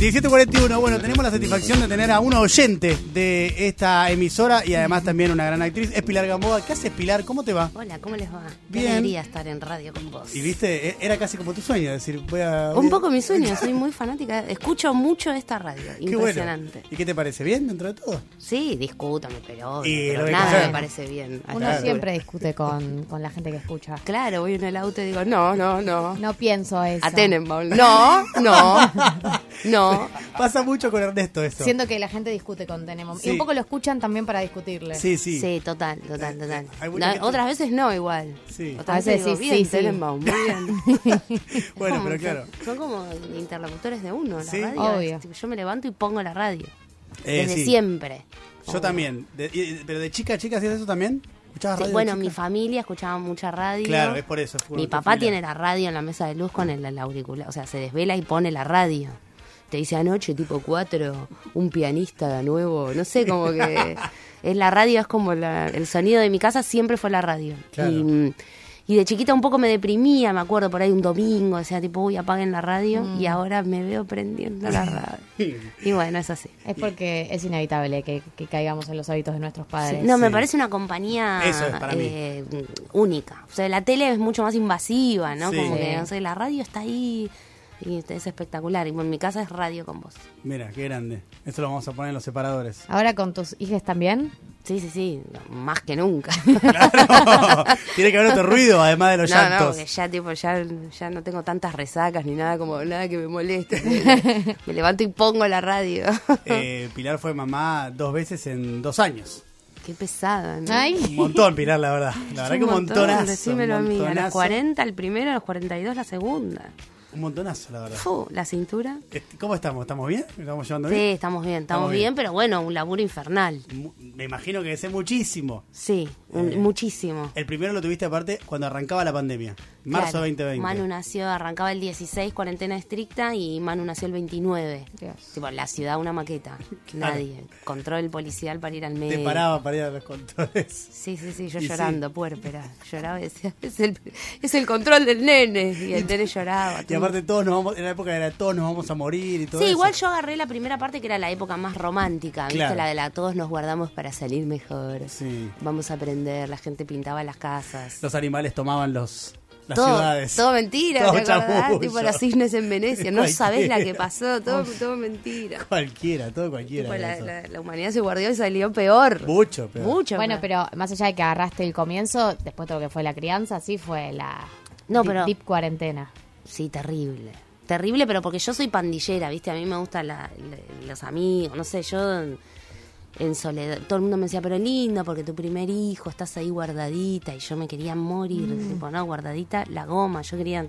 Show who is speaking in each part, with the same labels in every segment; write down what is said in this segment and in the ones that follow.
Speaker 1: 1741, bueno, tenemos la satisfacción de tener a una oyente de esta emisora y además también una gran actriz. Es Pilar Gamboa. ¿Qué haces, Pilar? ¿Cómo te va?
Speaker 2: Hola, ¿cómo les va?
Speaker 1: Bien.
Speaker 2: Qué alegría estar en radio con vos.
Speaker 1: Y viste, e- era casi como tu sueño, es decir, voy a...
Speaker 2: Un poco mi sueño, soy muy fanática, escucho mucho esta radio,
Speaker 1: Qué bueno.
Speaker 2: impresionante.
Speaker 1: ¿Y qué te parece? ¿Bien dentro de todo?
Speaker 2: Sí, discútame, pero, obvio,
Speaker 1: Y
Speaker 2: pero
Speaker 1: lo que
Speaker 2: nada
Speaker 1: sea.
Speaker 2: me parece bien.
Speaker 3: Uno
Speaker 1: Claro.
Speaker 3: siempre discute con, con la gente que escucha.
Speaker 2: Claro, voy en el auto y digo, no, no, no.
Speaker 3: No pienso eso.
Speaker 2: A Tenenbaum, no, no, no.
Speaker 1: Pasa mucho con Ernesto esto.
Speaker 3: Siento que la gente discute con Tenemos.
Speaker 1: Sí.
Speaker 3: Y un poco lo escuchan también para discutirle.
Speaker 1: Sí, sí. Eh,
Speaker 2: Sí. total, total, total.
Speaker 1: Hay mucha
Speaker 2: No,
Speaker 1: gente-
Speaker 2: Otras veces no, igual.
Speaker 1: Sí.
Speaker 2: Otras
Speaker 3: A veces
Speaker 2: digo,
Speaker 3: sí,
Speaker 2: bien,
Speaker 3: sí, sí.
Speaker 2: Tenenbaum, muy bien.
Speaker 1: Bueno,
Speaker 2: Como
Speaker 1: pero
Speaker 2: que
Speaker 1: claro.
Speaker 2: Son como interlocutores de uno, la
Speaker 1: Sí.
Speaker 2: radio.
Speaker 3: Obvio.
Speaker 2: Es tipo, Yo me levanto y pongo la radio.
Speaker 1: Eh,
Speaker 2: Desde
Speaker 1: sí.
Speaker 2: siempre.
Speaker 1: Yo también. De- y- y- pero de chica a chica hacías eso también. ¿Escuchabas
Speaker 2: Sí,
Speaker 1: radio de
Speaker 2: bueno,
Speaker 1: chica?
Speaker 2: mi familia escuchaba mucha radio.
Speaker 1: Claro, es por eso. fue
Speaker 2: Mi
Speaker 1: por tu
Speaker 2: papá
Speaker 1: familia.
Speaker 2: tiene la radio en la mesa de luz con el, el auricular. O sea, se desvela y pone la radio. Te dice anoche, tipo 4, un pianista de nuevo. No sé, como que. es la radio, es como la- el sonido de mi casa, siempre fue la radio.
Speaker 1: Claro.
Speaker 2: Y, mm, y de chiquita un poco me deprimía, me acuerdo por ahí un domingo, o sea, tipo, uy, apaguen la radio.
Speaker 1: Mm.
Speaker 2: Y ahora me veo prendiendo la radio. y bueno, es así.
Speaker 3: Es porque es inevitable que, que caigamos en los hábitos de nuestros padres.
Speaker 2: No, me
Speaker 1: Sí.
Speaker 2: parece una compañía
Speaker 1: Eso es para mí.
Speaker 2: eh, única. O sea, la tele es mucho más invasiva, ¿no?
Speaker 1: Sí.
Speaker 2: Como que,
Speaker 3: Sí.
Speaker 2: no sé, la radio está ahí y es espectacular. Y en mi casa es radio con vos.
Speaker 1: Mira, qué grande. Esto lo vamos a poner en los separadores.
Speaker 3: Ahora con tus hijas también.
Speaker 2: Sí, sí, sí, más que nunca.
Speaker 1: Claro. Tiene que haber otro ruido, además de los
Speaker 2: No, no,
Speaker 1: llantos.
Speaker 2: porque ya, tipo, ya, ya no tengo tantas resacas ni nada como nada que me moleste. me levanto y pongo la radio.
Speaker 1: Eh, Pilar fue mamá dos veces en dos años.
Speaker 2: Qué pesada, ¿no?
Speaker 1: Un
Speaker 3: Ay.
Speaker 1: montón, Pilar, la verdad. La verdad que un montonazo.
Speaker 2: Decímelo a mí. A los
Speaker 1: montonazo.
Speaker 2: 40 el primero, a los 42 la segunda.
Speaker 1: Un montonazo, la verdad.
Speaker 2: Fu, la cintura.
Speaker 1: Este, ¿Cómo estamos? ¿Estamos bien? ¿Estamos llevando
Speaker 2: Sí,
Speaker 1: bien?
Speaker 2: estamos bien, estamos,
Speaker 1: Estamos bien.
Speaker 2: bien. pero bueno, un laburo infernal.
Speaker 1: Mu- Me imagino que sé muchísimo.
Speaker 2: Sí, un- muchísimo.
Speaker 1: El primero lo tuviste aparte cuando arrancaba la pandemia. Marzo
Speaker 2: Claro.
Speaker 1: 2020.
Speaker 2: Manu nació, arrancaba el 16, cuarentena estricta, y Manu nació el 29.
Speaker 3: Dios.
Speaker 2: Tipo, la ciudad, una maqueta.
Speaker 1: Claro.
Speaker 2: Nadie. Control policial para ir al
Speaker 1: Te
Speaker 2: medio.
Speaker 1: paraba para ir a los controles.
Speaker 2: Sí, sí, sí, yo
Speaker 1: Y sí.
Speaker 2: llorando, puérpera. Lloraba y decía, es el, es el control del nene. Y el nene lloraba.
Speaker 1: Y aparte todos nos vamos, en la época era todos nos vamos a morir y todo
Speaker 2: Sí,
Speaker 1: eso.
Speaker 2: igual yo agarré la primera parte que era la época más romántica, ¿viste?
Speaker 1: Claro.
Speaker 2: La de la todos nos guardamos para salir mejor.
Speaker 1: Sí.
Speaker 2: Vamos a aprender, la gente pintaba las casas.
Speaker 1: Los animales tomaban los las
Speaker 2: todo,
Speaker 1: ciudades.
Speaker 2: todo mentira,
Speaker 1: Todo
Speaker 2: ¿te acordás?
Speaker 1: chamullo.
Speaker 2: Tipo los cisnes en Venecia, no
Speaker 1: Cualquiera.
Speaker 2: sabés la que pasó, todo, todo mentira.
Speaker 1: Cualquiera, todo cualquiera.
Speaker 2: Tipo,
Speaker 1: era
Speaker 2: la,
Speaker 1: eso.
Speaker 2: la- la humanidad se guardió y salió peor.
Speaker 1: Mucho, pero.
Speaker 2: Mucho.
Speaker 3: Bueno,
Speaker 2: peor.
Speaker 3: pero más allá de que agarraste el comienzo, después de lo que fue la crianza, sí fue la
Speaker 2: No,
Speaker 3: deep-
Speaker 2: pero-
Speaker 3: deep cuarentena.
Speaker 2: Sí, terrible. Terrible, pero porque yo soy pandillera, ¿viste? A mí me gustan la- la- los amigos, no sé, yo en, en soledad. Todo el mundo me decía, pero linda, porque tu primer hijo, estás ahí guardadita. Y yo me quería morir, tipo, no, guardadita, la goma. Yo quería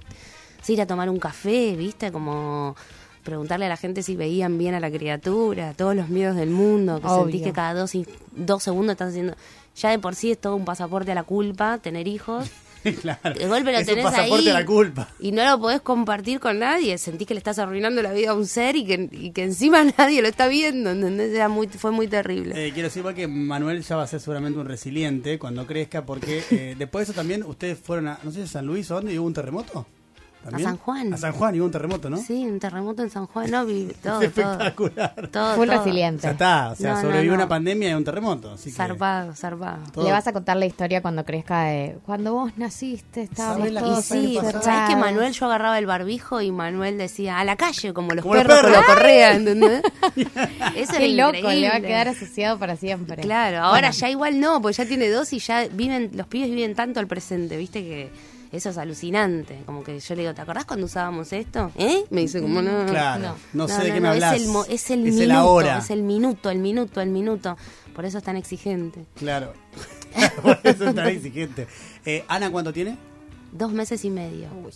Speaker 2: sí, ir a tomar un café, ¿viste? Como preguntarle a la gente si veían bien a la criatura, todos los miedos del mundo, que
Speaker 3: Obvio.
Speaker 2: sentís que cada dos, in- dos segundos estás haciendo... Ya de por sí es todo un pasaporte a la culpa, tener hijos.
Speaker 1: claro.
Speaker 2: De golpe lo
Speaker 1: es
Speaker 2: tenés
Speaker 1: un pasaporte
Speaker 2: ahí.
Speaker 1: a la culpa.
Speaker 2: Y no lo podés compartir con nadie. Sentís que le estás arruinando la vida a un ser y que, y que encima nadie lo está viendo. ¿entendés? Era muy, fue muy terrible.
Speaker 1: Eh, quiero decir igual que Manuel ya va a ser seguramente un resiliente cuando crezca, porque eh, después de eso también ustedes fueron a, no sé, a San Luis o dónde, y hubo un terremoto. ¿También?
Speaker 2: A San Juan.
Speaker 1: A San Juan y hubo un terremoto, ¿no?
Speaker 2: Sí, un terremoto en San Juan. No, vi todo.
Speaker 1: Es espectacular.
Speaker 2: Todo, todo,
Speaker 3: Fue un
Speaker 2: todo.
Speaker 3: resiliente.
Speaker 1: Ya está, o sea,
Speaker 2: No, no,
Speaker 1: sobrevivió
Speaker 2: no.
Speaker 1: una pandemia y un terremoto. Así que
Speaker 2: Zarpado, zarpado.
Speaker 1: todo-
Speaker 3: Le vas a contar la historia cuando crezca de cuando vos naciste, estábamos
Speaker 1: ¿Sabés la
Speaker 2: Y
Speaker 3: todos
Speaker 1: cosa que
Speaker 2: sí,
Speaker 1: pasó?
Speaker 3: encerrados.
Speaker 2: ¿sabés que Manuel? Yo agarraba el barbijo y Manuel decía a la calle, como los
Speaker 1: Como los
Speaker 2: perros,
Speaker 1: perros.
Speaker 2: con la correa, ¿entendés? Eso
Speaker 3: Qué
Speaker 2: era
Speaker 3: loco,
Speaker 2: increíble.
Speaker 3: le va a quedar asociado para siempre.
Speaker 2: Claro, ahora ya igual no, porque ya tiene dos y ya viven, los pibes viven tanto al presente, viste que eso es alucinante. Como que yo le digo, ¿te acordás cuando usábamos esto? ¿Eh? Me dice como no. no,
Speaker 1: Claro, no,
Speaker 3: No.
Speaker 1: sé
Speaker 2: no,
Speaker 1: de
Speaker 2: no,
Speaker 1: qué me
Speaker 2: no,
Speaker 1: hablas.
Speaker 2: Es el, mo- es el
Speaker 1: es
Speaker 2: minuto,
Speaker 1: el ahora.
Speaker 2: es el minuto, el minuto, el minuto. Por eso es tan exigente.
Speaker 1: Claro. Por eso es tan exigente. Eh, Ana, ¿cuánto tiene?
Speaker 2: Dos meses y medio.
Speaker 3: Uy,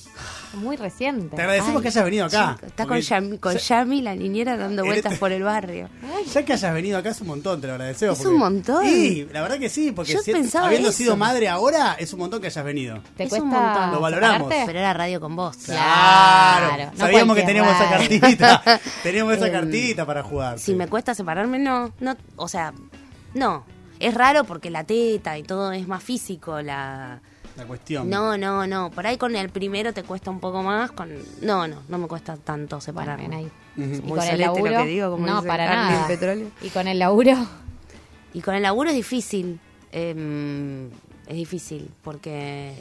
Speaker 3: muy reciente.
Speaker 1: Te agradecemos
Speaker 2: Ay,
Speaker 1: que hayas venido acá.
Speaker 2: Chico, está con
Speaker 1: porque
Speaker 2: Yami, con Yami, la niñera, dando
Speaker 1: En
Speaker 2: vueltas
Speaker 1: este-
Speaker 2: por el barrio.
Speaker 1: Ya que hayas venido acá es un montón, te lo agradecemos.
Speaker 2: Es un montón.
Speaker 1: Sí, la verdad que sí, porque
Speaker 2: Yo
Speaker 1: si-
Speaker 2: pensaba
Speaker 1: habiendo
Speaker 2: eso.
Speaker 1: sido madre ahora, es un montón que hayas venido.
Speaker 3: ¿Te
Speaker 2: Es
Speaker 3: cuesta
Speaker 2: un montón.
Speaker 1: Lo valoramos.
Speaker 3: separarte?
Speaker 2: Pero era radio con vos.
Speaker 3: Claro, no
Speaker 1: Sabíamos que
Speaker 3: cualquier
Speaker 1: teníamos esa
Speaker 3: radio.
Speaker 1: cartita. teníamos esa
Speaker 2: Em,
Speaker 1: cartita para jugar.
Speaker 2: Si me cuesta separarme, no, no, o sea, no. Es raro porque la teta y todo es más físico, la,
Speaker 1: la
Speaker 4: Ah,
Speaker 1: cuestión.
Speaker 2: No, no, no. Por ahí con el primero te cuesta un poco más. Con... No, no, no me cuesta tanto
Speaker 3: Bueno,
Speaker 2: separarme.
Speaker 3: bien ahí.
Speaker 1: Ujú.
Speaker 3: Y
Speaker 4: Muy
Speaker 3: con el
Speaker 4: solete lo
Speaker 3: laburo.
Speaker 4: que digo, como
Speaker 3: no,
Speaker 4: dice
Speaker 3: para
Speaker 4: Carmen
Speaker 3: nada.
Speaker 4: Petróleo.
Speaker 3: Y con el laburo.
Speaker 2: Y con el laburo es difícil. eh, es difícil porque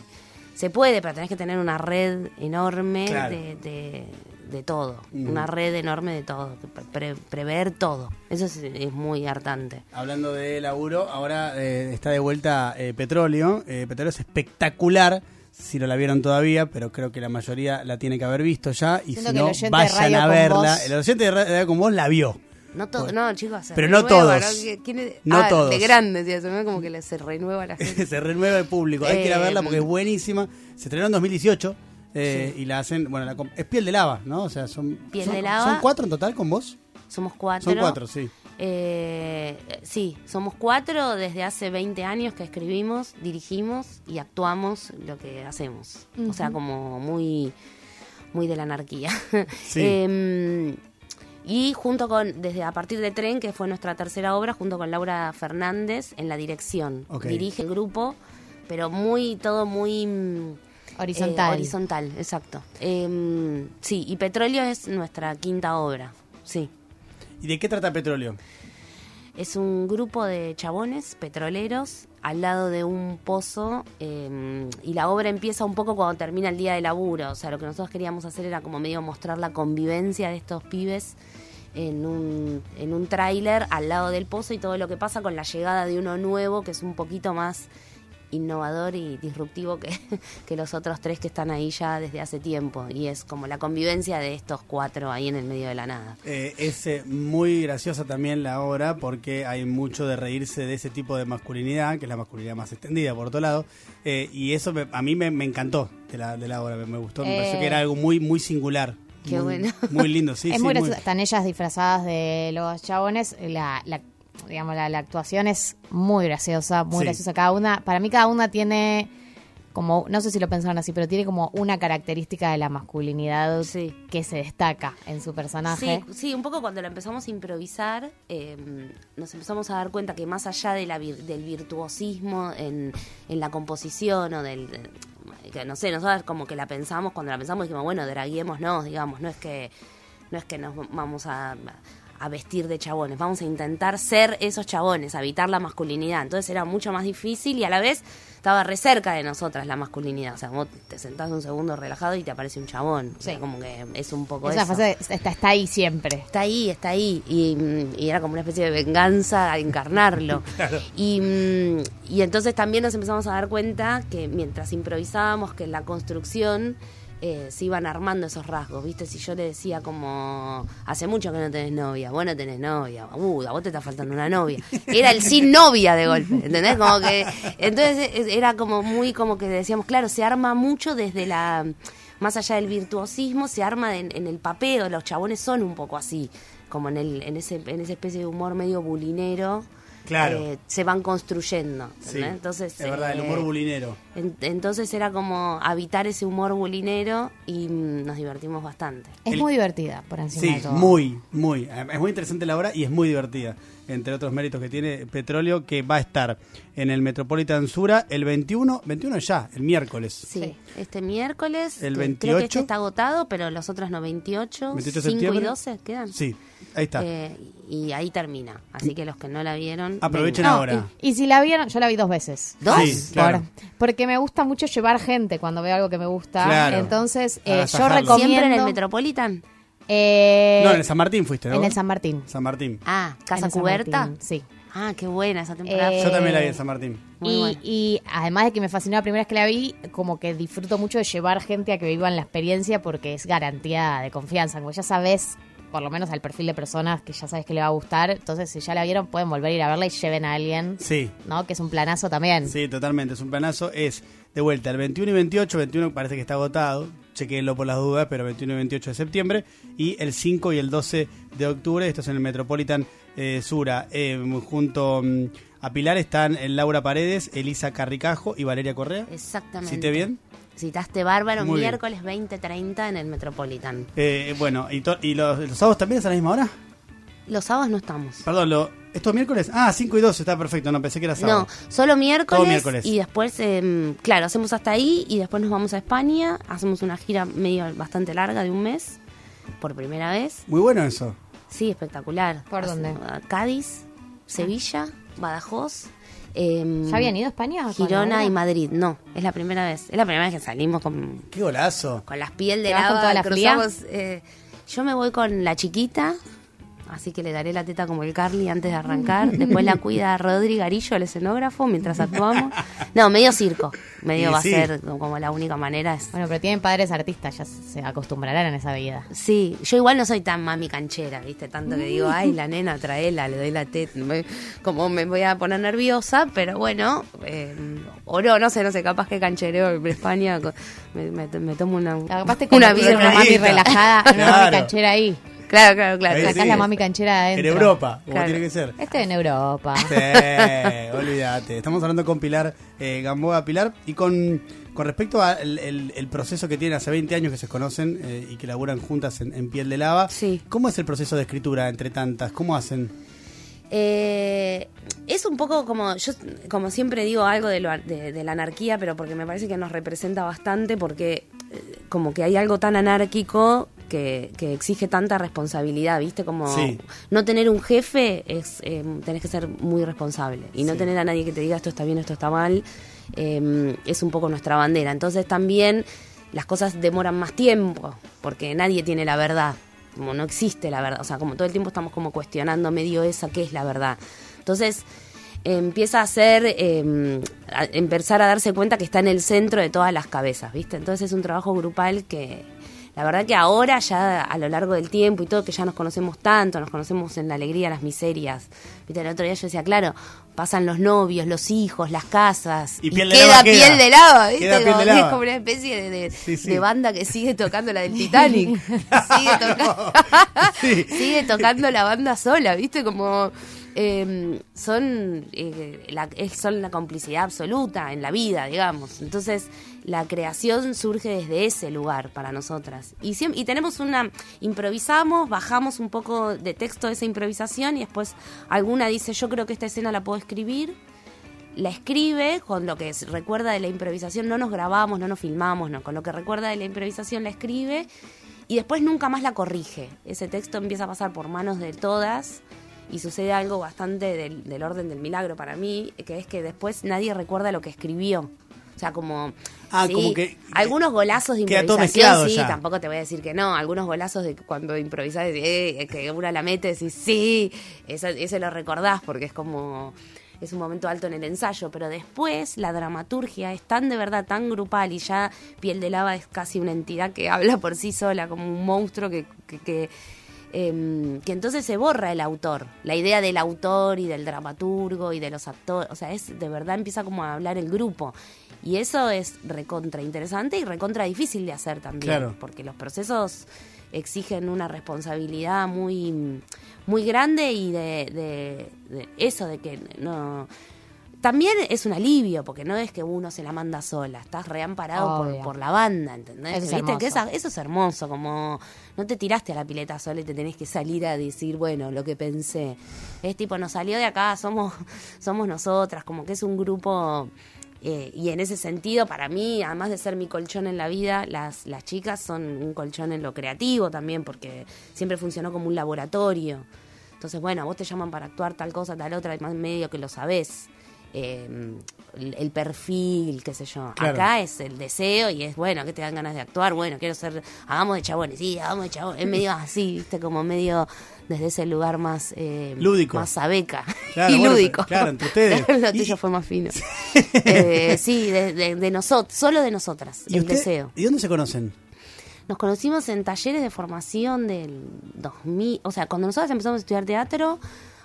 Speaker 2: se puede, pero tenés que tener una red enorme
Speaker 1: Claro.
Speaker 2: de, de- de todo.
Speaker 1: Ujú.
Speaker 2: Una red enorme de todo. que pre- prever todo. Eso es, es muy hartante.
Speaker 1: Hablando de laburo, ahora eh, está de vuelta eh, Petróleo. Eh, Petróleo es espectacular. Si no la vieron todavía, pero creo que la mayoría la tiene que haber visto ya. Y
Speaker 3: Siento
Speaker 1: si
Speaker 3: que el
Speaker 1: no,
Speaker 3: oyente de
Speaker 1: vayan
Speaker 3: Radio
Speaker 1: a
Speaker 3: con
Speaker 1: verla.
Speaker 3: Vos-
Speaker 1: El oyente de Radio con Vos la vio.
Speaker 2: No, todo
Speaker 1: Por-
Speaker 2: no chicos. se
Speaker 1: Pero no
Speaker 2: renueva,
Speaker 1: todos.
Speaker 2: ¿Qui- quién es?
Speaker 1: No
Speaker 2: Ah,
Speaker 1: todos.
Speaker 2: De grandes, ya, se me como que le- se renueva la gente.
Speaker 1: se renueva el público. Hay que ir a
Speaker 2: Eh,
Speaker 1: verla porque es buenísima. Se estrenó en 2018 eh, y la hacen. Bueno, la com- es piel de lava, ¿no? O sea, son.
Speaker 2: Piel
Speaker 1: son-
Speaker 2: de lava.
Speaker 1: ¿Son cuatro en total con vos?
Speaker 2: Somos cuatro.
Speaker 1: Son cuatro, sí.
Speaker 2: Eh, sí, somos cuatro desde hace 20 años que escribimos, dirigimos y actuamos lo que hacemos. O sea, como muy, muy de la anarquía.
Speaker 1: Sí.
Speaker 2: Em, y junto con, desde a partir de Tren, que fue nuestra tercera obra, junto con Laura Fernández en la dirección.
Speaker 1: Ok.
Speaker 2: Dirige el grupo, pero muy, todo muy... mm,
Speaker 3: Horizontal.
Speaker 2: eh, horizontal, exacto. Em, sí, y Petróleo es nuestra quinta obra, sí.
Speaker 1: ¿Y de qué trata Petróleo?
Speaker 2: Es un grupo de chabones petroleros al lado de un pozo eh, y la obra empieza un poco cuando termina el día de laburo. O sea, lo que nosotros queríamos hacer era como medio mostrar la convivencia de estos pibes en un, en un tráiler al lado del pozo y todo lo que pasa con la llegada de uno nuevo que es un poquito más innovador y disruptivo que, que los otros tres que están ahí ya desde hace tiempo. Y es como la convivencia de estos cuatro ahí en el medio de la nada.
Speaker 1: Eh, es eh, muy graciosa también la obra porque hay mucho de reírse de ese tipo de masculinidad, que es la masculinidad más extendida por otro lado, eh, y eso me- a mí me, me encantó de la, de la obra, me, me gustó, me
Speaker 3: Eh.
Speaker 1: pareció que era algo muy muy singular.
Speaker 2: Qué
Speaker 1: muy,
Speaker 2: bueno.
Speaker 1: Muy lindo, sí,
Speaker 3: es
Speaker 1: sí.
Speaker 3: muy
Speaker 1: muy-
Speaker 3: gracioso. Están ellas disfrazadas de los chabones. La, la- digamos, la, la actuación es muy graciosa, muy
Speaker 1: Sí.
Speaker 3: graciosa. Cada una, para mí cada una tiene como, no sé si lo pensaron así, pero tiene como una característica de la masculinidad
Speaker 2: Sí.
Speaker 3: que se destaca en su personaje.
Speaker 2: Sí, sí, un poco cuando lo empezamos a improvisar, eh, nos empezamos a dar cuenta que más allá de la vir- del virtuosismo en, en la composición o del... que no sé, nosotros como que la pensamos, cuando la pensamos dijimos, bueno, draguémonos, digamos, no es que no es que nos vamos a, a vestir de chabones, vamos a intentar ser esos chabones, habitar la masculinidad. Entonces era mucho más difícil y a la vez estaba re cerca de nosotras la masculinidad. O sea, vos te sentás un segundo relajado y te aparece un chabón. O sea,
Speaker 3: Sí.
Speaker 2: como que es un poco
Speaker 3: Esa
Speaker 2: eso
Speaker 3: frase está, está ahí siempre.
Speaker 2: está ahí, está ahí. Y, mm, y era como una especie de venganza a encarnarlo. y, mm, y entonces también nos empezamos a dar cuenta que mientras improvisábamos, que en la construcción eh, se iban armando esos rasgos, ¿viste? Si yo le decía como, hace mucho que no tenés novia, vos no tenés novia, uh, a vos te está faltando una novia. Era el sin novia de golpe, ¿entendés? Como que, entonces es- era como muy, como que decíamos, claro, se arma mucho desde la más allá del virtuosismo, se arma en, en el papeo. Los chabones son un poco así, como en, el, en, ese, en esa especie de humor medio bulinero.
Speaker 1: Claro.
Speaker 2: eh, se van construyendo.
Speaker 1: Sí,
Speaker 2: ¿entendés? Entonces,
Speaker 1: es verdad, el
Speaker 2: eh,
Speaker 1: humor bulinero.
Speaker 2: en- entonces era como habitar ese humor bulinero y mm, nos divertimos bastante.
Speaker 3: Es
Speaker 1: El-
Speaker 3: muy divertida por encima
Speaker 1: Sí,
Speaker 3: de todo.
Speaker 1: muy, muy. Eh, Es muy interesante la obra y es muy divertida. Entre otros méritos que tiene Petróleo, que va a estar en el Metropolitan Sura el 21, 21 ya, el miércoles.
Speaker 2: Sí,
Speaker 3: Sí.
Speaker 2: este miércoles.
Speaker 1: El
Speaker 2: eh, Creo que
Speaker 1: 28.
Speaker 2: este está agotado, pero los otros no,
Speaker 1: 28
Speaker 2: 28,
Speaker 1: de
Speaker 2: 5
Speaker 1: septiembre.
Speaker 2: y 12 quedan.
Speaker 1: Sí, ahí está.
Speaker 2: Eh, y ahí termina. Así que los que no la vieron.
Speaker 1: Aprovechen
Speaker 2: vengan.
Speaker 3: No,
Speaker 1: ahora.
Speaker 3: Y, y si la vieron, yo la vi dos veces.
Speaker 2: ¿Dos?
Speaker 1: Sí, claro.
Speaker 3: Por- porque me gusta mucho llevar gente cuando veo algo que me gusta.
Speaker 1: Claro.
Speaker 3: Entonces, eh, yo
Speaker 1: Agasajarlo.
Speaker 3: recomiendo.
Speaker 2: ¿Siempre en el Metropolitan?
Speaker 3: eh,
Speaker 1: no, en el San Martín fuiste, ¿no?
Speaker 3: en el San Martín.
Speaker 1: San Martín.
Speaker 2: Ah,
Speaker 3: En
Speaker 2: Casa
Speaker 3: el San
Speaker 2: Cubierta.
Speaker 3: Martín, Sí.
Speaker 2: Ah, qué buena esa temporada.
Speaker 3: Eh,
Speaker 1: Yo también la vi en San Martín.
Speaker 2: Muy
Speaker 3: y,
Speaker 2: buena.
Speaker 3: y además de que me fascinó la primera vez que la vi, como que disfruto mucho de llevar gente a que vivan la experiencia porque es garantía de confianza. Como ya sabes, por lo menos al perfil de personas que ya sabes que le va a gustar. Entonces, si ya la vieron, pueden volver a ir a verla y lleven a alguien.
Speaker 1: Sí.
Speaker 3: ¿No? Que es un planazo también.
Speaker 1: Sí, totalmente, es un planazo. Es de vuelta el 21 y 28, 21 parece que está agotado, chequéenlo por las dudas, pero 21 y 28 de septiembre, y el 5 y el 12 de octubre, esto es en el Metropolitan eh, Sura. Eh, junto mm, a Pilar están eh, Laura Paredes, Elisa Carricajo y Valeria Correa.
Speaker 2: Exactamente.
Speaker 1: ¿Cité bien?
Speaker 2: Citaste Bárbaro
Speaker 1: Muy bien.
Speaker 2: miércoles 20.30 en el Metropolitan.
Speaker 1: Eh, bueno, ¿y, to- y los, los sábados también es a la misma hora?
Speaker 2: Los sábados no estamos.
Speaker 1: Perdón, lo- ¿Estos miércoles? Ah, 5 y 12, está perfecto. No, pensé que era sábado.
Speaker 2: No, solo miércoles,
Speaker 1: Todo miércoles.
Speaker 2: y después, em, claro, hacemos hasta ahí y después nos vamos a España, hacemos una gira medio bastante larga de un mes, por primera vez.
Speaker 1: Muy bueno eso.
Speaker 2: Sí, espectacular.
Speaker 3: ¿Por
Speaker 2: Hace-
Speaker 3: dónde?
Speaker 2: Cádiz, Sevilla, Badajoz. em,
Speaker 3: ¿Ya habían ido a España? con
Speaker 2: Girona
Speaker 3: Laura?
Speaker 2: y Madrid, no, es la primera vez. Es la primera vez que salimos con,
Speaker 1: ¡Qué golazo!
Speaker 2: con las piel de
Speaker 3: ¿Te vas con
Speaker 2: lava,
Speaker 3: toda la
Speaker 2: cruzamos, eh, yo me voy con la chiquita, así que le daré la teta como el Carly antes de arrancar. Después la cuida Rodri Garillo, el escenógrafo, mientras actuamos. No, medio circo. Medio
Speaker 1: Y
Speaker 2: va
Speaker 1: sí.
Speaker 2: a ser como la única manera. es-
Speaker 3: Bueno, pero tienen padres artistas, ya se acostumbrarán a esa vida.
Speaker 2: Sí, yo igual no soy tan mami canchera, ¿viste? Tanto que digo, ay, la nena, traela, le doy la teta. me- Como me voy a poner nerviosa, pero bueno, eh, o no, no sé, no sé, capaz que canchereo en España, co- me, me- me tomo una,
Speaker 3: Capaz te
Speaker 2: una
Speaker 3: convertís en
Speaker 2: birra.
Speaker 3: una mami
Speaker 1: Relajadita.
Speaker 3: relajada, en una mami
Speaker 1: Claro.
Speaker 3: canchera ahí.
Speaker 2: Claro, claro, claro.
Speaker 1: Ahí
Speaker 3: Sacás
Speaker 1: sí.
Speaker 3: la mami canchera adentro.
Speaker 1: En Europa, como
Speaker 2: Claro.
Speaker 1: tiene que ser.
Speaker 3: Esto Este en Europa.
Speaker 1: Sí, olvídate. Estamos hablando con Pilar eh, Gamboa Pilar y con, con respecto al el, el proceso que tienen hace 20 años que se conocen eh, y que laburan juntas en, en piel de lava.
Speaker 2: Sí.
Speaker 1: ¿Cómo es el proceso de escritura entre tantas? ¿Cómo hacen?
Speaker 2: Eh, es un poco como, yo como siempre digo algo de, lo an- de- de la anarquía, pero porque me parece que nos representa bastante, porque eh, como que hay algo tan anárquico que, que exige tanta responsabilidad, ¿viste? Como
Speaker 1: Sí.
Speaker 2: no tener un jefe, es eh, tenés que ser muy responsable. Y no tener a nadie que te diga esto está bien, esto está mal, eh, es un poco nuestra bandera. Entonces también las cosas demoran más tiempo, porque nadie tiene la verdad. Como no existe la verdad. O sea, como todo el tiempo estamos como cuestionando medio esa, ¿qué es la verdad? Entonces empieza a ser, eh, a empezar a darse cuenta que está en el centro de todas las cabezas, ¿viste? Entonces es un trabajo grupal que, la verdad que ahora ya a lo largo del tiempo y todo, que ya nos conocemos tanto, nos conocemos en la alegría, las miserias. Viste, el otro día yo decía, claro, pasan los novios, los hijos, las casas.
Speaker 1: Y piel de lava queda.
Speaker 2: piel de lava, ¿viste?
Speaker 1: Queda piel
Speaker 2: Como
Speaker 1: de
Speaker 2: que
Speaker 1: lava.
Speaker 2: Es como una especie de, de-
Speaker 1: Sí, sí.
Speaker 2: de banda que sigue tocando la del Titanic. sigue, tocando,
Speaker 1: Sí.
Speaker 2: sigue tocando la banda sola, ¿viste? Como... eh, son eh, la, es- son la complicidad absoluta en la vida, digamos. Entonces, la creación surge desde ese lugar para nosotras. Y, siem- y tenemos una, improvisamos, bajamos un poco de texto de esa improvisación y después alguna dice, yo creo que esta escena la puedo escribir. La escribe con lo que s- recuerda de la improvisación, no nos grabamos, no nos filmamos, no, con lo que recuerda de la improvisación la escribe y después nunca más la corrige. Ese texto empieza a pasar por manos de todas y sucede algo bastante del, del orden del milagro para mí, que es que después nadie recuerda lo que escribió. O sea, como...
Speaker 1: Ah, como que-
Speaker 2: algunos golazos de
Speaker 1: queda todo mezclado
Speaker 2: improvisación, sí,
Speaker 1: ya.
Speaker 2: tampoco tampoco te voy a decir que no. Algunos golazos de cuando improvisás, decís, eh, que una la mete, decís, sí, eso, eso lo recordás porque es como. Es un momento alto en el ensayo, pero después la dramaturgia es tan de verdad, tan grupal y ya Piel de Lava es casi una entidad que habla por sí sola, como un monstruo que, que, que, em, que entonces se borra el autor. La idea del autor y del dramaturgo y de los actores, o sea, es de verdad empieza como a hablar el grupo. Y eso es recontra interesante y recontra difícil de hacer también también,
Speaker 1: Claro.
Speaker 2: porque los procesos exigen una responsabilidad muy, muy grande y de, de- de eso de que no... También es un alivio, porque no es que uno se la manda sola, estás reamparado por,
Speaker 3: Obvio.
Speaker 2: por la banda, ¿entendés?
Speaker 3: Eso es
Speaker 2: ¿Viste?
Speaker 3: hermoso.
Speaker 2: Que esa- eso es hermoso, como no te tiraste a la pileta sola y te tenés que salir a decir, bueno, lo que pensé. Es tipo, nos salió de acá, somos, somos nosotras, como que es un grupo... eh, y en ese sentido, para mí, además de ser mi colchón en la vida, las, las chicas son un colchón en lo creativo también, porque siempre funcionó como un laboratorio. Entonces, bueno, a vos te llaman para actuar tal cosa, tal otra, y más medio que lo sabés. Eh, el, el perfil, qué sé yo.
Speaker 1: Claro.
Speaker 2: Acá es el deseo y es, bueno, que te dan ganas de actuar, bueno, quiero ser, hagamos de chabones, sí, hagamos de chabones. Es medio así, viste, como medio desde ese lugar más... eh,
Speaker 1: Lúdico.
Speaker 2: Más abeca
Speaker 1: Claro,
Speaker 2: y
Speaker 1: bueno,
Speaker 2: lúdico.
Speaker 1: pero- claro, entre ustedes.
Speaker 2: Claro, lo
Speaker 1: Y-
Speaker 2: tuyo fue más fino. Eh, sí, de, de, nosotros, solo de nosotras, el
Speaker 1: usted-
Speaker 2: deseo.
Speaker 1: ¿Y dónde se conocen?
Speaker 2: Nos conocimos en talleres de formación del 2000, o sea, cuando nosotros empezamos a estudiar teatro,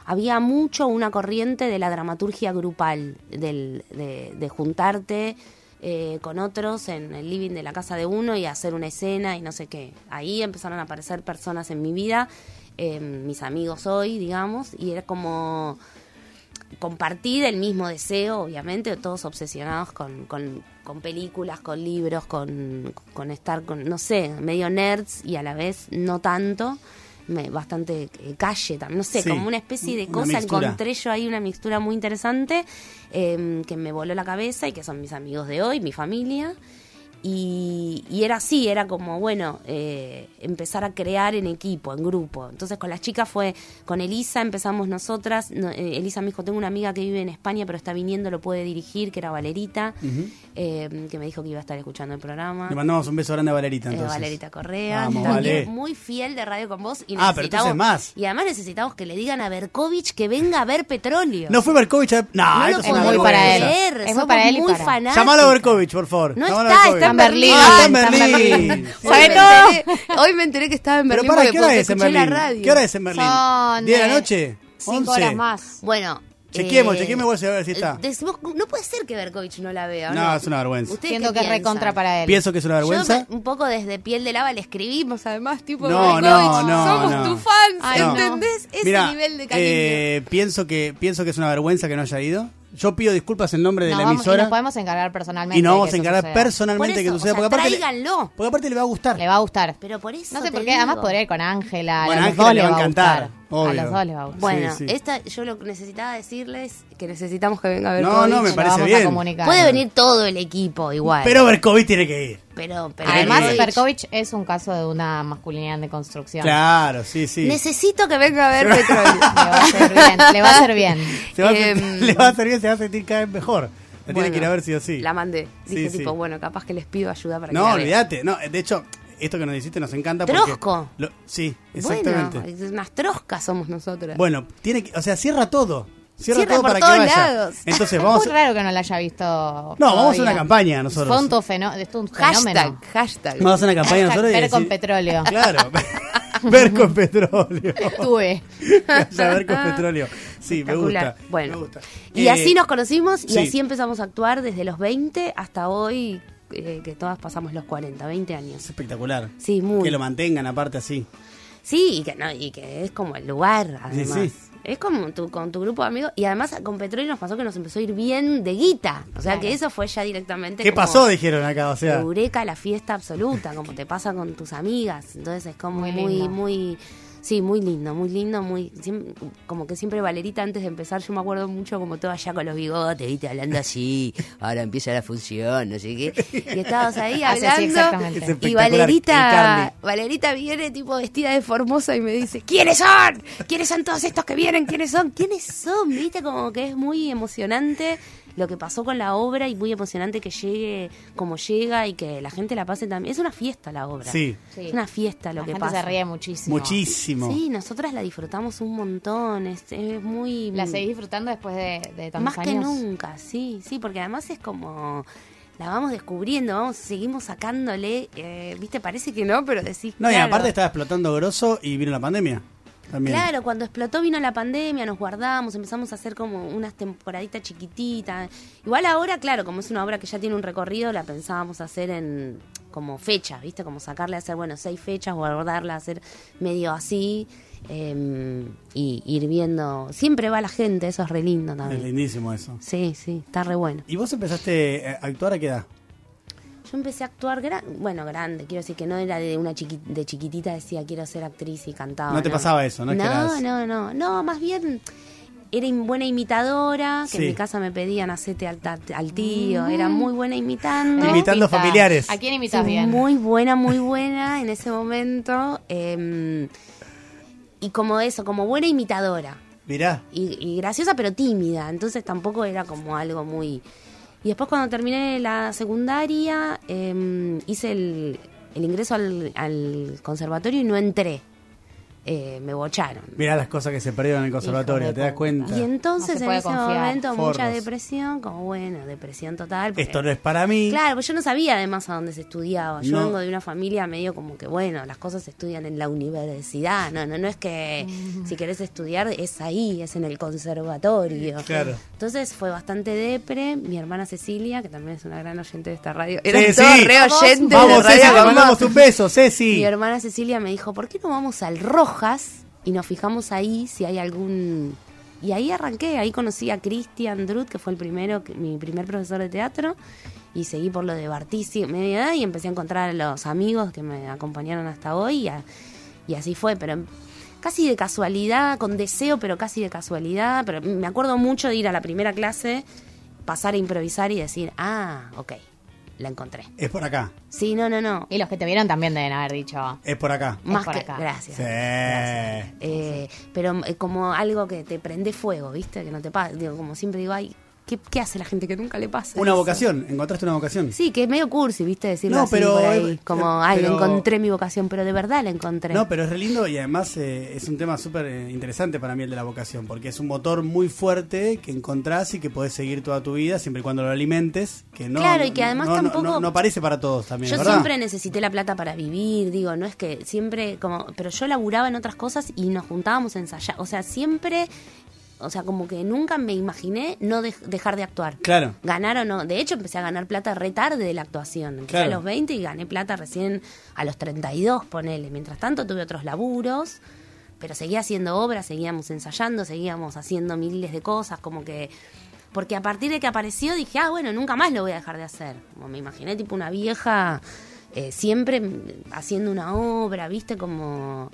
Speaker 2: había mucho una corriente de la dramaturgia grupal, del, de, de juntarte eh, con otros en el living de la casa de uno y hacer una escena y no sé qué. Ahí empezaron a aparecer personas en mi vida, eh, mis amigos hoy, digamos, y era como compartir el mismo deseo, obviamente, todos obsesionados con, con, con películas, con libros, con, con estar con, no sé, medio nerds y a la vez no tanto. me- bastante eh, calle también, no sé,
Speaker 1: Sí,
Speaker 2: como una especie de
Speaker 1: una
Speaker 2: cosa.
Speaker 1: mixtura.
Speaker 2: Encontré yo ahí una mixtura muy interesante eh, que me voló la cabeza y que son mis amigos de hoy, mi familia. Y, y era así, era como, bueno, eh, empezar a crear en equipo, en grupo. Entonces con las chicas fue, con Elisa empezamos nosotras. No, eh, Elisa me dijo, tengo una amiga que vive en España, pero está viniendo, lo puede dirigir, que era Valerita, eh, que me dijo que iba a estar escuchando el programa.
Speaker 1: Le mandamos un beso grande a Valerita
Speaker 2: Ah. Eh,
Speaker 1: entonces.
Speaker 2: Valerita Correa,
Speaker 1: Vamos,
Speaker 2: también
Speaker 1: Vale.
Speaker 2: muy fiel de Radio con Vos. Y
Speaker 1: Ah, pero entonces
Speaker 2: necesitamos-
Speaker 1: más.
Speaker 2: Y además necesitamos que le digan a Berkovich que venga a ver petróleo.
Speaker 1: No fue Berkovich. a- No,
Speaker 2: No
Speaker 1: esto es una
Speaker 2: lo
Speaker 3: podemos
Speaker 2: podemos
Speaker 3: para él.
Speaker 1: vergüenza.
Speaker 2: creer.
Speaker 3: Es muy
Speaker 2: Somos
Speaker 3: para él y
Speaker 2: muy
Speaker 3: para-
Speaker 2: fanáticos.
Speaker 1: Llamalo a Berkovich, por favor.
Speaker 2: ¿eh? No
Speaker 1: Llamalo a
Speaker 2: está,
Speaker 1: Berkovich.
Speaker 2: está en Berlín.
Speaker 1: Ah,
Speaker 3: Está en
Speaker 1: Berlín.
Speaker 3: Berlín.
Speaker 1: Hoy
Speaker 2: Hoy
Speaker 3: ¿Sabe
Speaker 2: me
Speaker 3: todo?
Speaker 2: enteré- Hoy me enteré que estaba en
Speaker 1: Pero
Speaker 2: Berlín
Speaker 1: para,
Speaker 2: porque
Speaker 1: ¿qué hora
Speaker 2: porque
Speaker 1: es en
Speaker 2: escuché la radio.
Speaker 1: Berlín? ¿Qué hora es en Berlín?
Speaker 3: Son,
Speaker 1: ¿Diez de
Speaker 3: eh,
Speaker 1: la noche?
Speaker 3: Cinco
Speaker 1: Once.
Speaker 3: horas más.
Speaker 2: Bueno.
Speaker 1: Chequeemos, chequeemos igual si a ver si está.
Speaker 2: eh, decimos- no puede ser que Berkovich no la vea. ¿o
Speaker 1: No, es una vergüenza.
Speaker 2: ¿Ustedes
Speaker 3: Siento
Speaker 2: qué
Speaker 3: que es
Speaker 2: piensan?
Speaker 3: recontra para él.
Speaker 1: Pienso que es una vergüenza.
Speaker 2: Yo me- un poco desde piel de lava le escribimos, además, tipo,
Speaker 1: No,
Speaker 2: Berkovich,
Speaker 1: no, no,
Speaker 2: somos
Speaker 1: no.
Speaker 2: tus fans,
Speaker 3: Ay, no.
Speaker 2: ¿entendés? Ese
Speaker 1: Mirá,
Speaker 2: nivel de cariño.
Speaker 1: eh, pienso, que, pienso que es una vergüenza que no haya ido. Yo pido disculpas en nombre de
Speaker 3: Nos
Speaker 1: la
Speaker 3: vamos- y
Speaker 1: emisora.
Speaker 3: nos podemos encargar personalmente.
Speaker 1: y nos
Speaker 3: de
Speaker 1: vamos
Speaker 3: que
Speaker 1: a
Speaker 3: eso
Speaker 1: encargar
Speaker 3: suceda.
Speaker 1: personalmente
Speaker 2: Por
Speaker 1: que
Speaker 2: eso,
Speaker 1: suceda.
Speaker 2: o sea,
Speaker 1: porque, aparte le,
Speaker 2: tráiganlo.
Speaker 1: porque aparte le va a gustar.
Speaker 3: Le va a gustar.
Speaker 2: Pero por eso
Speaker 3: No sé
Speaker 2: te
Speaker 3: por qué,
Speaker 2: digo.
Speaker 3: además podría ir con Ángela.
Speaker 1: Bueno,
Speaker 3: a los
Speaker 1: Ángela
Speaker 3: dos
Speaker 1: le
Speaker 3: le
Speaker 1: va a
Speaker 3: va a
Speaker 1: encantar,
Speaker 3: gustar.
Speaker 1: obvio.
Speaker 3: A los dos les va a gustar.
Speaker 2: Bueno,
Speaker 1: Sí, sí.
Speaker 2: esta yo lo necesitaba decirles que necesitamos que venga a ver
Speaker 1: No,
Speaker 2: Berkovich.
Speaker 1: no, me
Speaker 3: Lo
Speaker 1: parece
Speaker 3: vamos a
Speaker 1: bien.
Speaker 3: comunicar.
Speaker 2: Puede venir todo el equipo igual.
Speaker 1: Pero Berkovich tiene que ir.
Speaker 2: pero, pero
Speaker 3: Además,
Speaker 1: Berkovich.
Speaker 3: Perkovich es un caso de una masculinidad de construcción.
Speaker 1: Claro, sí, sí.
Speaker 2: necesito que venga a ver petróleo.
Speaker 3: Le va a hacer bien. Le va a hacer bien.
Speaker 1: Se va a-
Speaker 2: Em,
Speaker 1: le va a servir, se va a sentir cada vez mejor. La tiene
Speaker 2: Bueno,
Speaker 1: que ir a ver sí o sí.
Speaker 2: La mandé. Dije
Speaker 1: Sí, sí.
Speaker 2: tipo, bueno, capaz que les pido ayuda para que
Speaker 1: No,
Speaker 2: la vean.
Speaker 1: olvídate. No, de hecho, esto que nos hiciste nos encanta porque...
Speaker 2: Trosco.
Speaker 1: lo- sí, exactamente.
Speaker 2: Bueno, es unas troscas somos nosotras.
Speaker 1: Bueno, tiene que, o sea, cierra todo. Cierra,
Speaker 2: Cierra
Speaker 1: todo
Speaker 2: por
Speaker 1: para
Speaker 2: todos
Speaker 1: que vaya.
Speaker 2: lados.
Speaker 1: Entonces,
Speaker 3: Es
Speaker 1: vamos
Speaker 3: muy raro que no la haya visto. No,
Speaker 1: vamos a hacer una campaña nosotros.
Speaker 3: Fue un to- fenó- es un fenómeno.
Speaker 2: hashtag, hashtag.
Speaker 1: vamos a hacer una campaña
Speaker 3: Hashtag
Speaker 1: nosotros y
Speaker 3: ver
Speaker 1: decir-
Speaker 3: con petróleo.
Speaker 1: Claro. ver con petróleo.
Speaker 3: Tuve.
Speaker 1: Vaya, ver con petróleo. Sí, me
Speaker 2: Espectacular.
Speaker 1: gusta.
Speaker 2: Bueno,
Speaker 1: me gusta.
Speaker 2: y
Speaker 1: Eh,
Speaker 2: así nos conocimos y
Speaker 1: sí.
Speaker 2: así em- empezamos a actuar desde los 20 hasta hoy, eh, que todas pasamos los 40, 20
Speaker 1: Es
Speaker 2: años.
Speaker 1: espectacular.
Speaker 2: Sí, muy.
Speaker 1: Que lo mantengan aparte así.
Speaker 2: Sí, y que, no, y que es como el lugar, además.
Speaker 1: sí.
Speaker 2: Es como tu, con tu grupo de amigos. Y además con Petróleo nos pasó que nos empezó a ir bien de guita. O sea, que eso fue ya directamente.
Speaker 1: ¿Qué
Speaker 2: como
Speaker 1: pasó? Dijeron acá, o sea.
Speaker 2: Eureka, la fiesta absoluta, como te pasa con tus amigas. Entonces es como
Speaker 3: Muy
Speaker 2: muy,
Speaker 3: lindo.
Speaker 2: muy, Sí, muy lindo, muy lindo, muy. siem- como que siempre Valerita, antes de empezar, yo me acuerdo mucho como toda allá con los bigotes, viste, hablando así. Ahora empieza la función, no sé qué. Y estabas ahí
Speaker 3: Así, sí,
Speaker 2: hablando.
Speaker 3: exactamente.
Speaker 1: Es
Speaker 2: Y
Speaker 1: espectacular, el Carly.
Speaker 2: Valerita, Valerita viene tipo vestida de formosa y me dice, ¿quiénes son? ¿Quiénes son todos estos que vienen? ¿Quiénes son? ¿Quiénes son? Viste, como que es muy emocionante lo que pasó con la obra y muy emocionante que llegue como llega y que la gente la pase también. Es una fiesta la obra.
Speaker 1: Sí.
Speaker 3: Sí.
Speaker 2: Es una fiesta lo
Speaker 3: la
Speaker 2: que
Speaker 3: gente
Speaker 2: pasa.
Speaker 3: se ríe muchísimo.
Speaker 1: Muchísimo.
Speaker 2: Sí, nosotras la disfrutamos un montón. Es, es muy...
Speaker 3: La seguís disfrutando después de, de tantos
Speaker 2: Más que
Speaker 3: años.
Speaker 2: nunca, sí, sí, porque además es como la vamos descubriendo, vamos, seguimos sacándole, eh, viste, parece que no, pero decís.
Speaker 1: No, y
Speaker 2: claro,
Speaker 1: aparte estaba explotando grosso y vino la pandemia. También.
Speaker 2: Claro, cuando explotó vino la pandemia, nos guardamos, empezamos a hacer como unas temporaditas chiquititas. Igual ahora, claro, como es una obra que ya tiene un recorrido, la pensábamos hacer en como fechas, ¿viste? Como sacarle a hacer, bueno, seis fechas, guardarla, hacer medio así eh, y ir viendo. Siempre va la gente, eso es re lindo
Speaker 1: Es
Speaker 2: también.
Speaker 1: lindísimo eso.
Speaker 2: Sí, sí, está re bueno.
Speaker 1: ¿Y vos empezaste eh, a actuar a qué edad?
Speaker 2: Yo empecé a actuar, gran- bueno, grande, quiero decir que no era de una chiqui- de chiquitita decía quiero ser actriz y cantaba.
Speaker 1: No te pasaba eso, ¿no? Es
Speaker 2: No,
Speaker 1: que eras-
Speaker 2: no, no, no, más bien era im- buena imitadora, que
Speaker 1: Sí. Mm.
Speaker 2: en mi casa me pedían hacete al, ta- al tío, era muy buena imitando.
Speaker 3: ¿No?
Speaker 1: Imitando
Speaker 3: Imita.
Speaker 1: familiares.
Speaker 3: ¿A quién imitas
Speaker 2: Sí,
Speaker 3: bien?
Speaker 2: Muy buena, muy buena en ese momento. eh, y como eso, como buena imitadora
Speaker 1: Mirá.
Speaker 2: y, y graciosa pero tímida, entonces tampoco era como algo muy... Y después cuando terminé la secundaria em, hice el, el ingreso al, al conservatorio y no entré, Eh, me bocharon.
Speaker 1: Mirá las cosas que se perdieron en el conservatorio,
Speaker 3: de
Speaker 1: ¿te das
Speaker 3: puta.
Speaker 1: cuenta?
Speaker 2: Y entonces
Speaker 3: No se
Speaker 2: en
Speaker 3: puede
Speaker 2: ese
Speaker 3: confiar.
Speaker 2: momento mucha
Speaker 1: Forros.
Speaker 2: depresión, como bueno, depresión total. porque-
Speaker 1: Esto no es para mí.
Speaker 2: Claro, pues yo no sabía además a dónde se estudiaba. Yo
Speaker 1: No.
Speaker 2: vengo de una familia medio como que, bueno, las cosas se estudian en la universidad. No, no, no es que
Speaker 1: Mm.
Speaker 2: si querés estudiar es ahí, es en el conservatorio.
Speaker 1: Claro.
Speaker 2: Entonces fue bastante depre. Mi hermana Cecilia, que también es una gran oyente de esta radio, era
Speaker 1: Sí,
Speaker 2: todos
Speaker 1: sí.
Speaker 2: re oyentes
Speaker 1: Vamos,
Speaker 2: de
Speaker 1: Ceci,
Speaker 2: radio
Speaker 1: te
Speaker 2: con vos.
Speaker 1: mandamos un beso, Ceci.
Speaker 2: Mi hermana Cecilia me dijo, ¿por qué no vamos al Rojas y nos fijamos ahí si hay algún... Y ahí arranqué, ahí conocí a Cristian Drut, que fue el primero, que- mi primer profesor de teatro, y seguí por lo de Bartisi media edad y empecé a encontrar a los amigos que me acompañaron hasta hoy y, a- y así fue, pero em- casi de casualidad, con deseo, pero casi de casualidad. Pero me acuerdo mucho de ir a la primera clase, pasar a improvisar y decir, ah, ok, la encontré.
Speaker 1: Es por acá.
Speaker 2: Sí, no, no, no.
Speaker 3: Y los que te vieron también deben haber dicho.
Speaker 1: Es por acá.
Speaker 2: Más
Speaker 3: por
Speaker 2: que
Speaker 3: acá.
Speaker 2: gracias.
Speaker 1: Sí.
Speaker 2: Eh, pero eh, como algo que te prende fuego, ¿viste? Que no te pasa. Digo, como siempre digo, ay, ¿qué, qué hace la gente que nunca le pasa?
Speaker 1: Una
Speaker 2: eso?
Speaker 1: vocación. ¿Encontraste una vocación?
Speaker 2: Sí, que es medio cursi, ¿viste? Decirlo
Speaker 1: No,
Speaker 2: así
Speaker 1: pero- eh,
Speaker 2: por ahí. Como, ay,
Speaker 1: pero-
Speaker 2: encontré mi vocación, pero de verdad la encontré.
Speaker 1: No, pero es re lindo y además eh, es un tema súper eh, interesante para mí el de la vocación, porque es un motor muy fuerte que encontrás y que podés seguir toda tu vida siempre y cuando lo alimentes. Que no,
Speaker 2: Claro, y que además
Speaker 1: no- no-
Speaker 2: tampoco-
Speaker 1: No, no parece para todos también,
Speaker 2: Yo
Speaker 1: ¿verdad?
Speaker 2: siempre necesité la plata para vivir, digo, no es que siempre como, pero yo laburaba en otras cosas y nos juntábamos a ensayar, o sea, siempre, o sea, como que nunca me imaginé no dej- dejar de actuar.
Speaker 1: Claro.
Speaker 2: Ganar o no, de hecho empecé a ganar plata re tarde de la actuación, empecé
Speaker 1: Claro.
Speaker 2: a los 20 y gané plata recién a los 32, ponele, mientras tanto tuve otros laburos. Pero seguía haciendo obras, seguíamos ensayando, seguíamos haciendo miles de cosas, como que porque a partir de que apareció dije, ah, bueno, nunca más lo voy a dejar de hacer. Como me imaginé tipo una vieja eh, siempre mm, haciendo una obra, viste, como...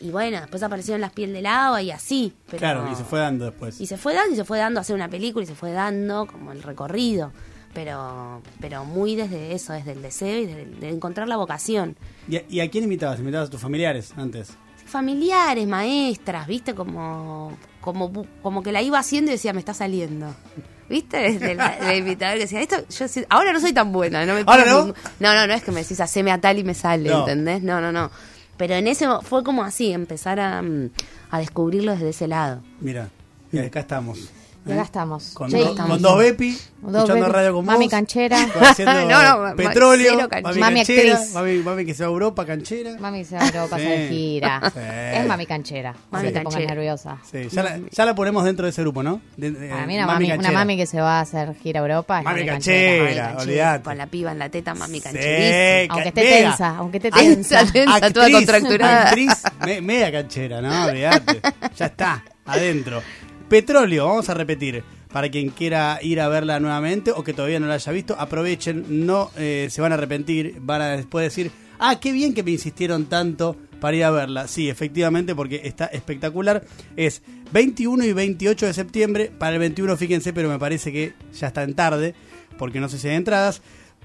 Speaker 2: Y bueno, después aparecieron las piel de lava y así. pero-
Speaker 1: Claro, y se fue dando después.
Speaker 2: Y se fue dando, y se fue dando a hacer una película, y se fue dando como el recorrido. Pero, pero muy desde eso, desde el deseo y desde, de encontrar la vocación.
Speaker 1: ¿Y a, y a quién invitabas? ¿Invitabas a tus familiares antes?
Speaker 2: Familiares, maestras, viste, como, como, bu- como que la iba haciendo y decía, me está saliendo. ¿Viste? Desde la, del invitador que decía, esto, yo sí- ahora no soy tan buena, no me
Speaker 1: ¿Ahora
Speaker 2: pidas
Speaker 1: no?
Speaker 2: ningún- no, no, no es que me decís haceme a tal y me sale,
Speaker 1: No.
Speaker 2: ¿entendés? No, no, no. Pero en ese mo- fue como así, empezar a, mm, a descubrirlo desde ese lado.
Speaker 1: Mira, y acá estamos. ¿eh?
Speaker 3: Y acá estamos.
Speaker 1: Con,
Speaker 3: Sí.
Speaker 1: do-
Speaker 2: estamos.
Speaker 1: con dos Bepi,
Speaker 3: Dos
Speaker 1: escuchando
Speaker 3: Bepi,
Speaker 1: radio con
Speaker 3: mami
Speaker 1: vos,
Speaker 3: canchera.
Speaker 1: haciendo
Speaker 2: No, no, ma-
Speaker 1: petróleo,
Speaker 2: cero canchera.
Speaker 1: mami,
Speaker 3: Mami
Speaker 1: canchera,
Speaker 3: actriz.
Speaker 1: mami, mami que se va a Europa, canchera.
Speaker 3: Mami se va a pasar de
Speaker 1: Sí.
Speaker 3: gira.
Speaker 1: Sí.
Speaker 3: Es mami canchera.
Speaker 2: Mami
Speaker 3: no te pongas
Speaker 2: canchera.
Speaker 3: nerviosa.
Speaker 1: Sí, ya, la, ya la ponemos dentro de ese grupo, ¿no? De- de- eh,
Speaker 3: Para mí una mami, una
Speaker 1: canchera.
Speaker 3: mami que se va a hacer gira a Europa. es
Speaker 1: Mami
Speaker 2: Mami
Speaker 1: Era,
Speaker 2: canchera,
Speaker 1: olvidate.
Speaker 2: Con la piba en la teta, mami
Speaker 1: Sí,
Speaker 2: cancherísima.
Speaker 3: Aunque
Speaker 1: ca-
Speaker 3: esté
Speaker 1: mega.
Speaker 3: tensa, aunque esté
Speaker 1: Act-
Speaker 3: tensa.
Speaker 2: Tensa, toda contracturada.
Speaker 1: Actriz, me- media canchera, no, olvidate. Ya está, adentro. Petróleo, vamos a repetir. Para quien quiera ir a verla nuevamente o que todavía no la haya visto, aprovechen, no eh, se van a arrepentir, van a después decir, ah, qué bien que me insistieron tanto para ir a verla. Sí, efectivamente, porque está espectacular. Es 21 y 28 de septiembre, para el 21 fíjense, pero me parece que ya está en tarde, porque no sé si hay entradas.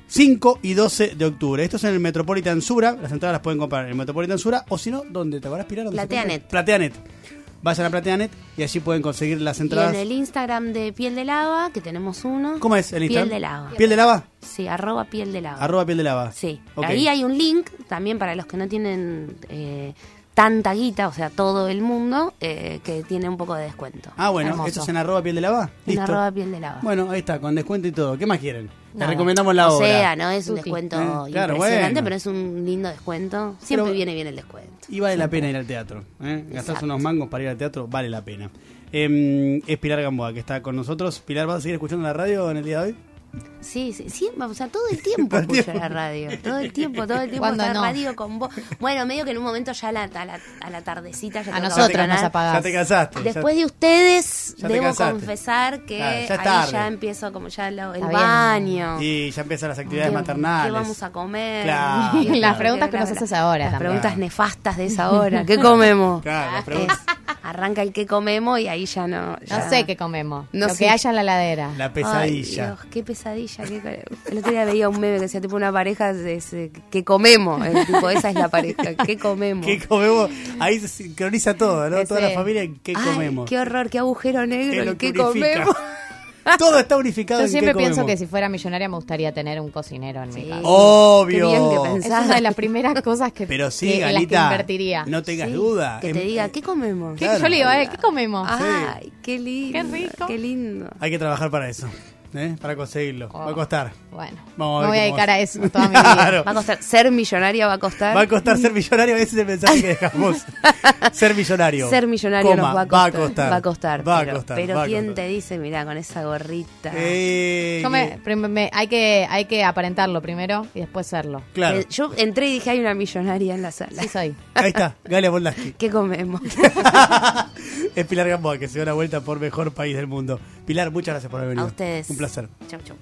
Speaker 1: 5 y 12 de octubre. Esto es en el Metropolitan Sura. Las entradas las pueden comprar en el Metropolitan Sura o si no, ¿dónde te van a aspirar? ¿Dónde se
Speaker 2: Plateanet.
Speaker 1: compra? Plateanet. Vayan a Plateanet y allí pueden conseguir las
Speaker 2: Y en
Speaker 1: entradas.
Speaker 2: el Instagram de Piel de Lava, que tenemos uno.
Speaker 1: ¿Cómo es el Instagram?
Speaker 2: Piel de Lava.
Speaker 1: ¿Piel de lava?
Speaker 2: Sí, arroba Piel de Lava.
Speaker 1: Arroba piel de lava.
Speaker 2: Sí.
Speaker 1: Ok.
Speaker 2: Ahí hay un link también para los que no tienen eh, tanta guita, o sea, todo el mundo, eh, que tiene un poco de descuento.
Speaker 1: Ah, bueno,
Speaker 3: Hermoso.
Speaker 1: esto es en arroba piel de lava.
Speaker 2: En
Speaker 1: Listo.
Speaker 2: arroba Piel de Lava.
Speaker 1: Bueno, ahí está, con descuento y todo. ¿Qué más quieren? Les
Speaker 3: Nada.
Speaker 1: recomendamos la
Speaker 2: o
Speaker 1: obra.
Speaker 2: sea, no es un
Speaker 3: Tuti.
Speaker 2: descuento
Speaker 1: Eh, claro,
Speaker 2: impresionante,
Speaker 1: bueno.
Speaker 2: pero es un lindo descuento. Siempre
Speaker 1: Pero-
Speaker 2: viene bien el descuento.
Speaker 1: Y vale la pena ir al teatro. ¿eh? Gastarse
Speaker 2: Exacto.
Speaker 1: unos mangos para ir al teatro vale la pena. Em, es Pilar Gamboa que está con nosotros. Pilar, ¿vas a seguir escuchando la radio en el día de hoy?
Speaker 2: Sí, sí, sí, o sea, todo el tiempo
Speaker 1: Todo el
Speaker 2: escucho
Speaker 1: tiempo.
Speaker 2: la radio, todo el tiempo, todo el tiempo
Speaker 3: ¿Cuándo
Speaker 2: la
Speaker 3: no?
Speaker 2: radio con vos. Bueno, medio que en un momento ya a la, a la, a la tardecita ya
Speaker 3: A
Speaker 2: tengo que
Speaker 3: nosotros nos
Speaker 2: abandonar.
Speaker 3: apagás.
Speaker 1: Ya te casaste. ya-
Speaker 2: Después de ustedes,
Speaker 1: Ya te
Speaker 2: debo
Speaker 1: cansaste.
Speaker 2: confesar que
Speaker 1: Claro, ya es
Speaker 2: ahí
Speaker 1: tarde.
Speaker 2: ya empiezo como ya lo- el
Speaker 3: Está bien.
Speaker 2: baño.
Speaker 1: Y ya empiezan las
Speaker 2: ¿Qué-
Speaker 1: actividades maternales.
Speaker 2: ¿Qué vamos a comer?
Speaker 1: Claro,
Speaker 3: Las
Speaker 1: claro.
Speaker 3: preguntas que nos haces ahora
Speaker 2: Las
Speaker 3: también.
Speaker 2: preguntas nefastas de esa hora. ¿Qué comemos?
Speaker 1: Claro, las preguntas.
Speaker 2: Es- arranca el qué comemos y ahí ya no.
Speaker 3: No
Speaker 2: ya-
Speaker 3: sé qué comemos.
Speaker 2: No
Speaker 3: lo
Speaker 2: sé.
Speaker 3: que haya en la ladera.
Speaker 1: La
Speaker 2: Ay,
Speaker 1: pesadilla.
Speaker 2: Dios, qué pesadilla. qué co- El otro día veía un meme que decía tipo una pareja de ese, ¿qué comemos? El tipo, esa es la pareja, ¿qué comemos?
Speaker 1: ¿Qué comemos? Ahí se sincroniza todo, ¿no?
Speaker 3: Ese-
Speaker 1: Toda la familia, en ¿qué
Speaker 2: Ay,
Speaker 1: comemos?
Speaker 2: qué horror, qué agujero negro, el
Speaker 1: lo
Speaker 2: ¿qué
Speaker 1: que unifica?
Speaker 2: comemos?
Speaker 1: todo está unificado
Speaker 3: Yo
Speaker 1: en
Speaker 3: siempre
Speaker 1: qué
Speaker 3: pienso que
Speaker 1: comemos.
Speaker 3: si fuera millonaria me gustaría tener un cocinero en mi
Speaker 2: Sí.
Speaker 3: casa.
Speaker 1: Obvio.
Speaker 2: Qué bien que pensás.
Speaker 3: Es una de las primeras cosas que,
Speaker 1: Pero sí,
Speaker 3: que- en las que
Speaker 1: Galita.
Speaker 3: invertiría.
Speaker 1: No tengas
Speaker 2: Sí,
Speaker 1: duda.
Speaker 2: Que
Speaker 1: Em-
Speaker 2: te diga, ¿qué comemos?
Speaker 3: ¿Qué-
Speaker 1: claro. Ah.
Speaker 3: Yo le digo, eh, ¿qué comemos?
Speaker 2: Ay, qué lindo.
Speaker 3: Qué rico.
Speaker 2: Qué lindo.
Speaker 1: Hay que trabajar para eso, ¿eh? Para conseguirlo.
Speaker 2: Oh.
Speaker 1: Va a costar.
Speaker 3: Bueno,
Speaker 1: Vamos a
Speaker 3: me
Speaker 1: ver
Speaker 3: voy a
Speaker 1: cómo
Speaker 3: dedicar a
Speaker 1: haces.
Speaker 3: eso toda mi vida.
Speaker 1: Claro.
Speaker 2: Va a costar, ser millonaria va a costar.
Speaker 1: Va a costar ser millonario, ese es el mensaje que dejamos. ser millonario.
Speaker 2: ser millonario
Speaker 1: Coma,
Speaker 2: nos va a costar.
Speaker 1: Va a costar.
Speaker 2: pero, pero
Speaker 1: va a
Speaker 2: ¿quién
Speaker 1: costar.
Speaker 2: te dice, mirá, con esa gorrita?
Speaker 1: Eh,
Speaker 3: Yo me- prim- me- hay, que, hay que aparentarlo primero y después serlo.
Speaker 1: Claro.
Speaker 2: Eh, Yo entré y dije, hay una millonaria en la sala.
Speaker 3: Sí soy.
Speaker 1: Ahí está, Galia Bolaski.
Speaker 2: ¿Qué comemos?
Speaker 1: es Pilar Gamboa que se da una vuelta por mejor país del mundo. Pilar, muchas gracias por haber
Speaker 2: A
Speaker 1: venido.
Speaker 2: ustedes.
Speaker 1: Un placer.
Speaker 2: Chau, chau.